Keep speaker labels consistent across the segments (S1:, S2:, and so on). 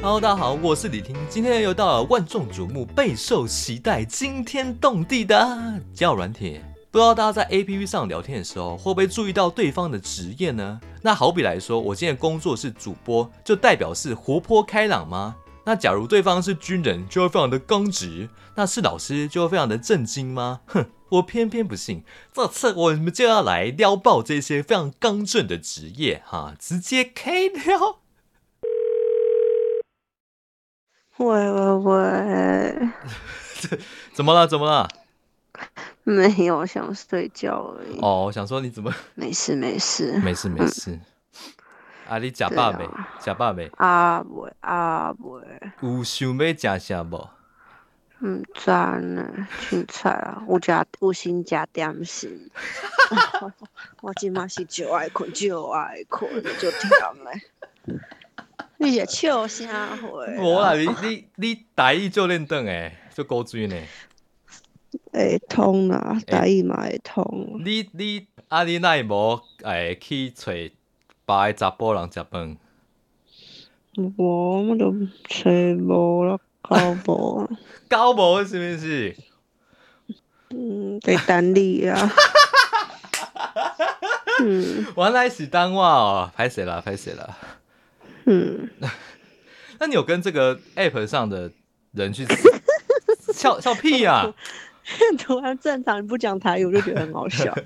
S1: Hello，大家好，我是李听，今天又到了万众瞩目、备受期待、惊天动地的交友软体。不知道大家在 APP 上聊天的时候，会不会注意到对方的职业呢？那好比来说，我今天的工作是主播，就代表是活泼开朗吗？那假如对方是军人，就会非常的刚直；那是老师，就会非常的震惊吗？哼，我偏偏不信。这次我们就要来撩爆这些非常刚正的职业哈，直接 K 撩。
S2: 喂喂喂，
S1: 怎么了？怎么了？
S2: 没有想睡觉而已，
S1: 哦，我想说你怎么？
S2: 没事没事。
S1: 没事没事。啊，你假爸没
S2: 对啊？
S1: 假爸没？
S2: 啊喂啊喂，
S1: 有想要食啥无？
S2: 唔知嗯呢，凊彩啊，有食有先食点心。 我我即马是就爱困就爱困，就忝咧。你是笑啥货啊？
S1: 无啦，你你你台语就练转诶，就高追呢。
S2: 会通啦，
S1: 会
S2: 台语嘛会通。
S1: 你你啊，你哪会无诶去找别个查甫人食饭？
S2: 我我就找无啦，搞无啦。
S1: 搞无是不是？
S2: 嗯，得等你啊。嗯
S1: 原来是单话哦，拍谁啦？拍谁啦？
S2: 嗯，
S1: 那你有跟这个 app 上的人去 笑笑屁呀、啊？
S2: 突然正常你不讲台语，我就觉得很好笑。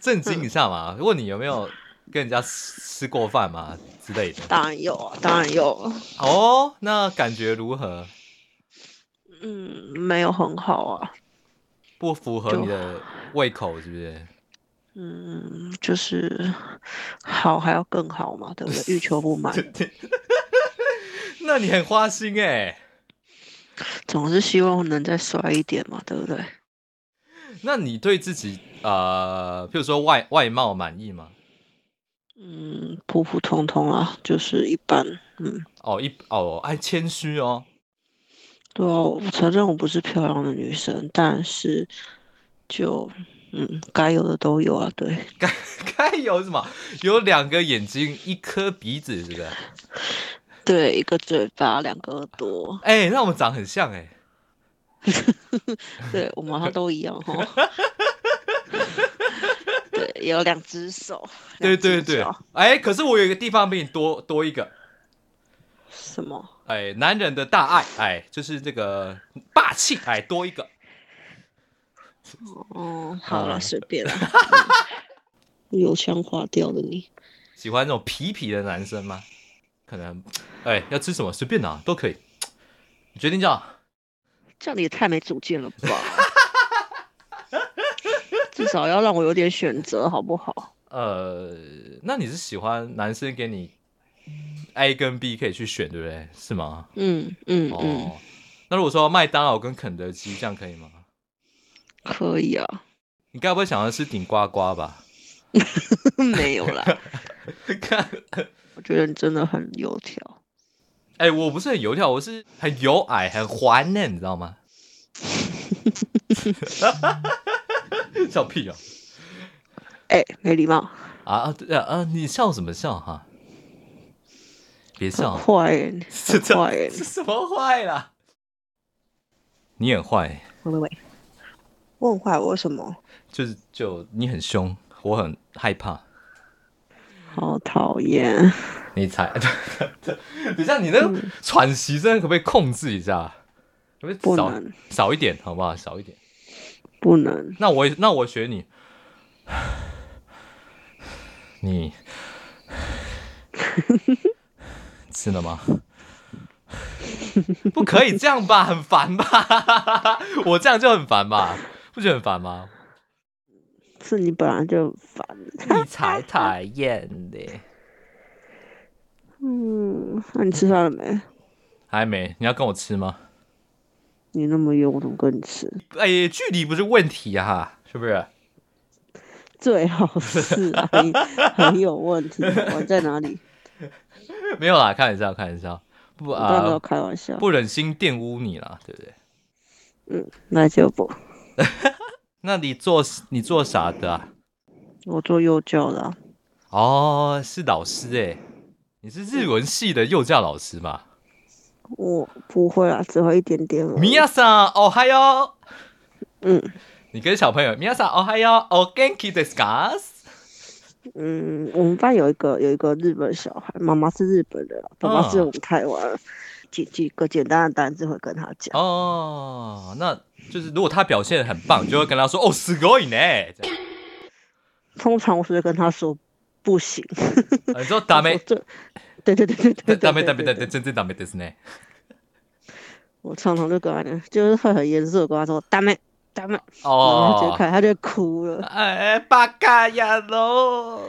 S1: 震惊一下嘛？问你有没有跟人家吃吃过饭嘛之类的？
S2: 当然有啊，当然有啊。
S1: 哦，那感觉如何？
S2: 嗯，没有很好啊。
S1: 不符合你的胃口是不是？
S2: 嗯，就是好还要更好嘛，对不对？欲求不满，
S1: 那你很花心哎、
S2: 总是希望能再帅一点嘛，对不对？
S1: 那你对自己呃，譬如说外外貌满意吗？
S2: 嗯，普普通通啊，就是一般。嗯，
S1: 哦，一哦，爱谦虚哦。
S2: 对啊，我承认我不是漂亮的女生，但是就嗯，该有的都有啊，对。
S1: 该有什么？有两个眼睛，一颗鼻子，是不是？
S2: 对，一个嘴巴，两个耳朵，
S1: 哎、那我们长很像哎、
S2: 对我们好像都一样哈。对，有两只手。
S1: 对
S2: 两
S1: 对
S2: 只
S1: 对
S2: 脚，
S1: 哎、可是我有一个地方比你多多一个，
S2: 什么？
S1: 哎、男人的大爱，哎、就是这个霸气，哎、多一个。
S2: 哦，好
S1: 啊
S2: 了，随便 了。嗯油腔滑调的你，
S1: 喜欢那种痞痞的男生吗？可能，哎、要吃什么随便拿都可以，你决定就好。
S2: 这样你也太没主见了吧？ 至少要让我有点选择，好不好？
S1: 呃，那你是喜欢男生给你 A 跟 B 可以去选，对不对？是吗？
S2: 嗯嗯嗯，
S1: 哦，那如果说麦当劳跟肯德基这样可以吗？
S2: 可以 啊，
S1: 你该不会想要吃顶呱呱 吧？
S2: 没有啦。
S1: 看，
S2: 我觉得你真的很油条。
S1: 哎，我不是很油条，我是很油矮、很滑嫩，你知道吗？ 笑屁哦！
S2: 哎、没礼貌，
S1: 啊啊对啊啊！你笑什么笑哈、别
S2: 很
S1: 笑，
S2: 坏欸、 你
S1: 这这
S2: 坏欸
S1: 这什么坏啦？你很坏，
S2: 喂喂喂，我很坏，我为什么？
S1: 就是就你很凶，我很害怕。
S2: 好讨厌。
S1: 你才， 等一下，你那个喘息声可不可以控制一下？可不
S2: 不
S1: 可以少
S2: 能
S1: 少一点，好不好？少一点。
S2: 不能，
S1: 那我也那我学你，你吃了吗？ 不可以这样吧，很烦吧？我这样就很烦吧？不觉得很烦吗？
S2: 是你本来就很烦。
S1: 你才讨厌嘞！
S2: 嗯，那、你吃饭了没？
S1: 还没，你要跟我吃吗？
S2: 你那么远，我怎么跟你吃？
S1: 哎、距离不是问题啊哈、是不是？
S2: 最好是啊，很很有问题。我在哪 里？
S1: 没有啦，开玩笑，开玩笑，不
S2: 我当然没
S1: 啊、
S2: 有开玩笑。
S1: 不忍心玷污你啦，对不对？
S2: 那就不，
S1: 那你做你做啥的啊？
S2: 我做幼教的啊、
S1: 哦，是老师哎、你是日文系的幼教老师吗？
S2: 我不会啦，只会一点点而已。
S1: 米亚桑，哦嗨哟！
S2: 嗯
S1: 你跟小朋友米亚桑，哦嗨哟，哦 ganky discuss。
S2: 嗯，我们班有一个有一个日本小孩，妈妈是日本人啊，爸爸是我们台湾人，几几个简单的单字会跟他讲。
S1: 哦，那就是如果他表现得很棒，你就会跟他说哦，すごいね。这样
S2: 通常我是会跟他说不行，
S1: 啊你说ダ
S2: 我
S1: メ
S2: 说这，对对对对对对，
S1: ダメ
S2: 对
S1: ダメダメ
S2: 对对
S1: 全然ダメですね。
S2: 我常常就跟他讲，就是会很严肃的跟他说ダメダメ，然后他就嗯
S1: 哦，
S2: 看他就哭了，
S1: 哎，巴嘎呀喽，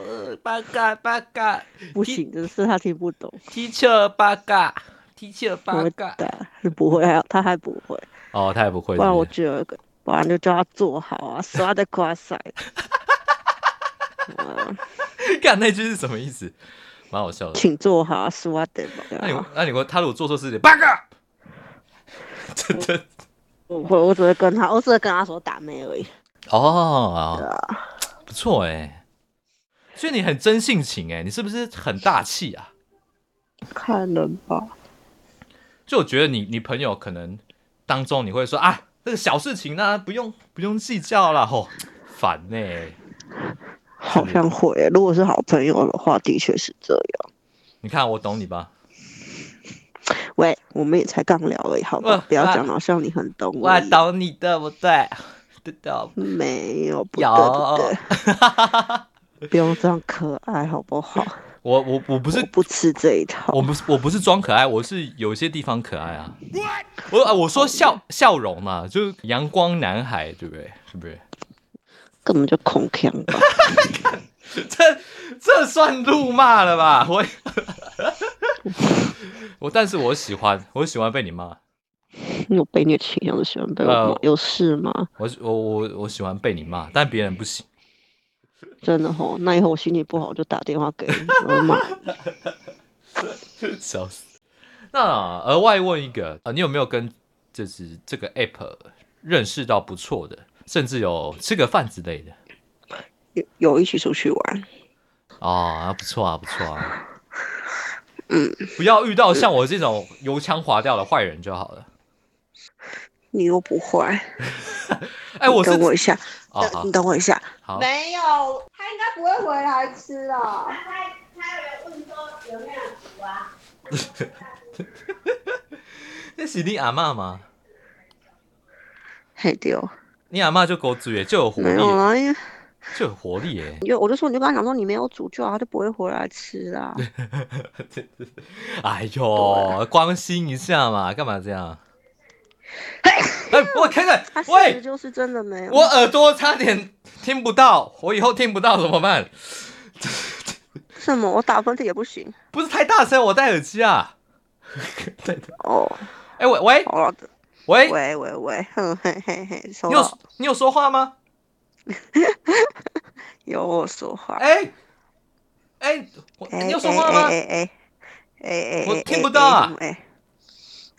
S1: 巴嘎巴嘎
S2: 不行，这是他听不懂，
S1: ，teacher 巴嘎，teacher
S2: 我
S1: 巴
S2: 会
S1: 嘎。
S2: 打，是不会，还有他还不会，
S1: 哦，他也不会。
S2: 不然
S1: 是不
S2: 我
S1: 是
S2: 就有一个，不然就叫他坐好啊，刷的夸塞。
S1: 哦
S2: 嗯
S1: 干那句是什么意思？蛮好笑的。
S2: 请坐好啊，刷的
S1: 那你
S2: 吧。
S1: 那你问他如果做错事情， 八嘎，真的
S2: 我会，我只会跟他，我只会跟他说打妹而已。对
S1: 哦，
S2: 啊，
S1: 不错哎。所以你很真性情哎，你是不是很大气啊？
S2: 看人吧。
S1: 就我觉得你你朋友可能当中你会说啊，这个小事情呢、啊不用不用计较啦，吼、烦欸呢、
S2: 好像会耶，如果是好朋友的话，的确是这样。
S1: 你看我懂你吧？
S2: 喂，我们也才刚聊而已，好
S1: 哇
S2: 吧？不要
S1: 哇
S2: 讲得好像你很懂
S1: 我
S2: 我一样。
S1: 懂你的，不对， 对的，
S2: 没有，不对不
S1: 有
S2: 对，。
S1: 哦
S2: 不用这样可爱好不好？
S1: 我我我不
S2: 我
S1: 是
S2: 不吃这一套
S1: 我。不是我不是装可爱，我是有一些地方可爱啊。我啊我说笑笑容嘛，就是阳光男孩，对不对？对不对？
S2: 根本就空腔吧。
S1: 这这算怒骂了吧？我我，但是我喜欢，我喜欢被你骂。
S2: 你有被虐倾向的喜欢被我骂
S1: 呃，
S2: 有事吗？
S1: 我我我我喜欢被你骂，但别人不行。
S2: 真的吼，那以后我心情不好我就打电话给你，我 骂你。
S1: 笑死。那额外问一个，呃，你有没有跟就是这个 app 认识到不错的，甚至有吃个饭之类的？
S2: 有有一起出去玩，
S1: 哦，那不错啊，不错啊。嗯，不要遇到像我这种油腔滑调的坏人就好了。
S2: 你又不会。
S1: 哎，我
S2: 你
S1: 是
S2: 等我一下，
S1: 哦，
S2: 等你等我一下，
S1: 好好，
S3: 没有，他应该不会回来吃了。
S1: 那是你阿嬷吗？
S2: 嘿丢，
S1: 你阿嬷就狗子耶，就有活
S2: 没
S1: 力
S2: 有啊
S1: 耶，
S2: 啦，因为
S1: 就有活力耶。
S2: 因为我就说，你就跟他讲说你没有煮就好，他就不会回来吃啦。
S1: 哎
S2: 啊
S1: 呦，关心一下嘛，干嘛这样？哎，我看看
S2: 他，事
S1: 喂
S2: 实，就是真的没有。
S1: 我耳朵差点听不到，我以后听不到怎么办？
S2: 什么？我打喷嚏也不行
S1: 不是太大声，我戴耳机啊。 对的。
S2: 哦。
S1: 哎、喂喂
S2: 好了，
S1: 喂，
S2: 喂喂喂，哼嘿嘿嘿，收
S1: 你
S2: 到
S1: 有你有说话吗？
S2: 有我说话。
S1: 哎、哎、我
S2: 哎
S1: 你有说话吗？
S2: 哎哎哎哎哎，
S1: 我
S2: 哎
S1: 听不到啊！呃
S2: 哎哎哎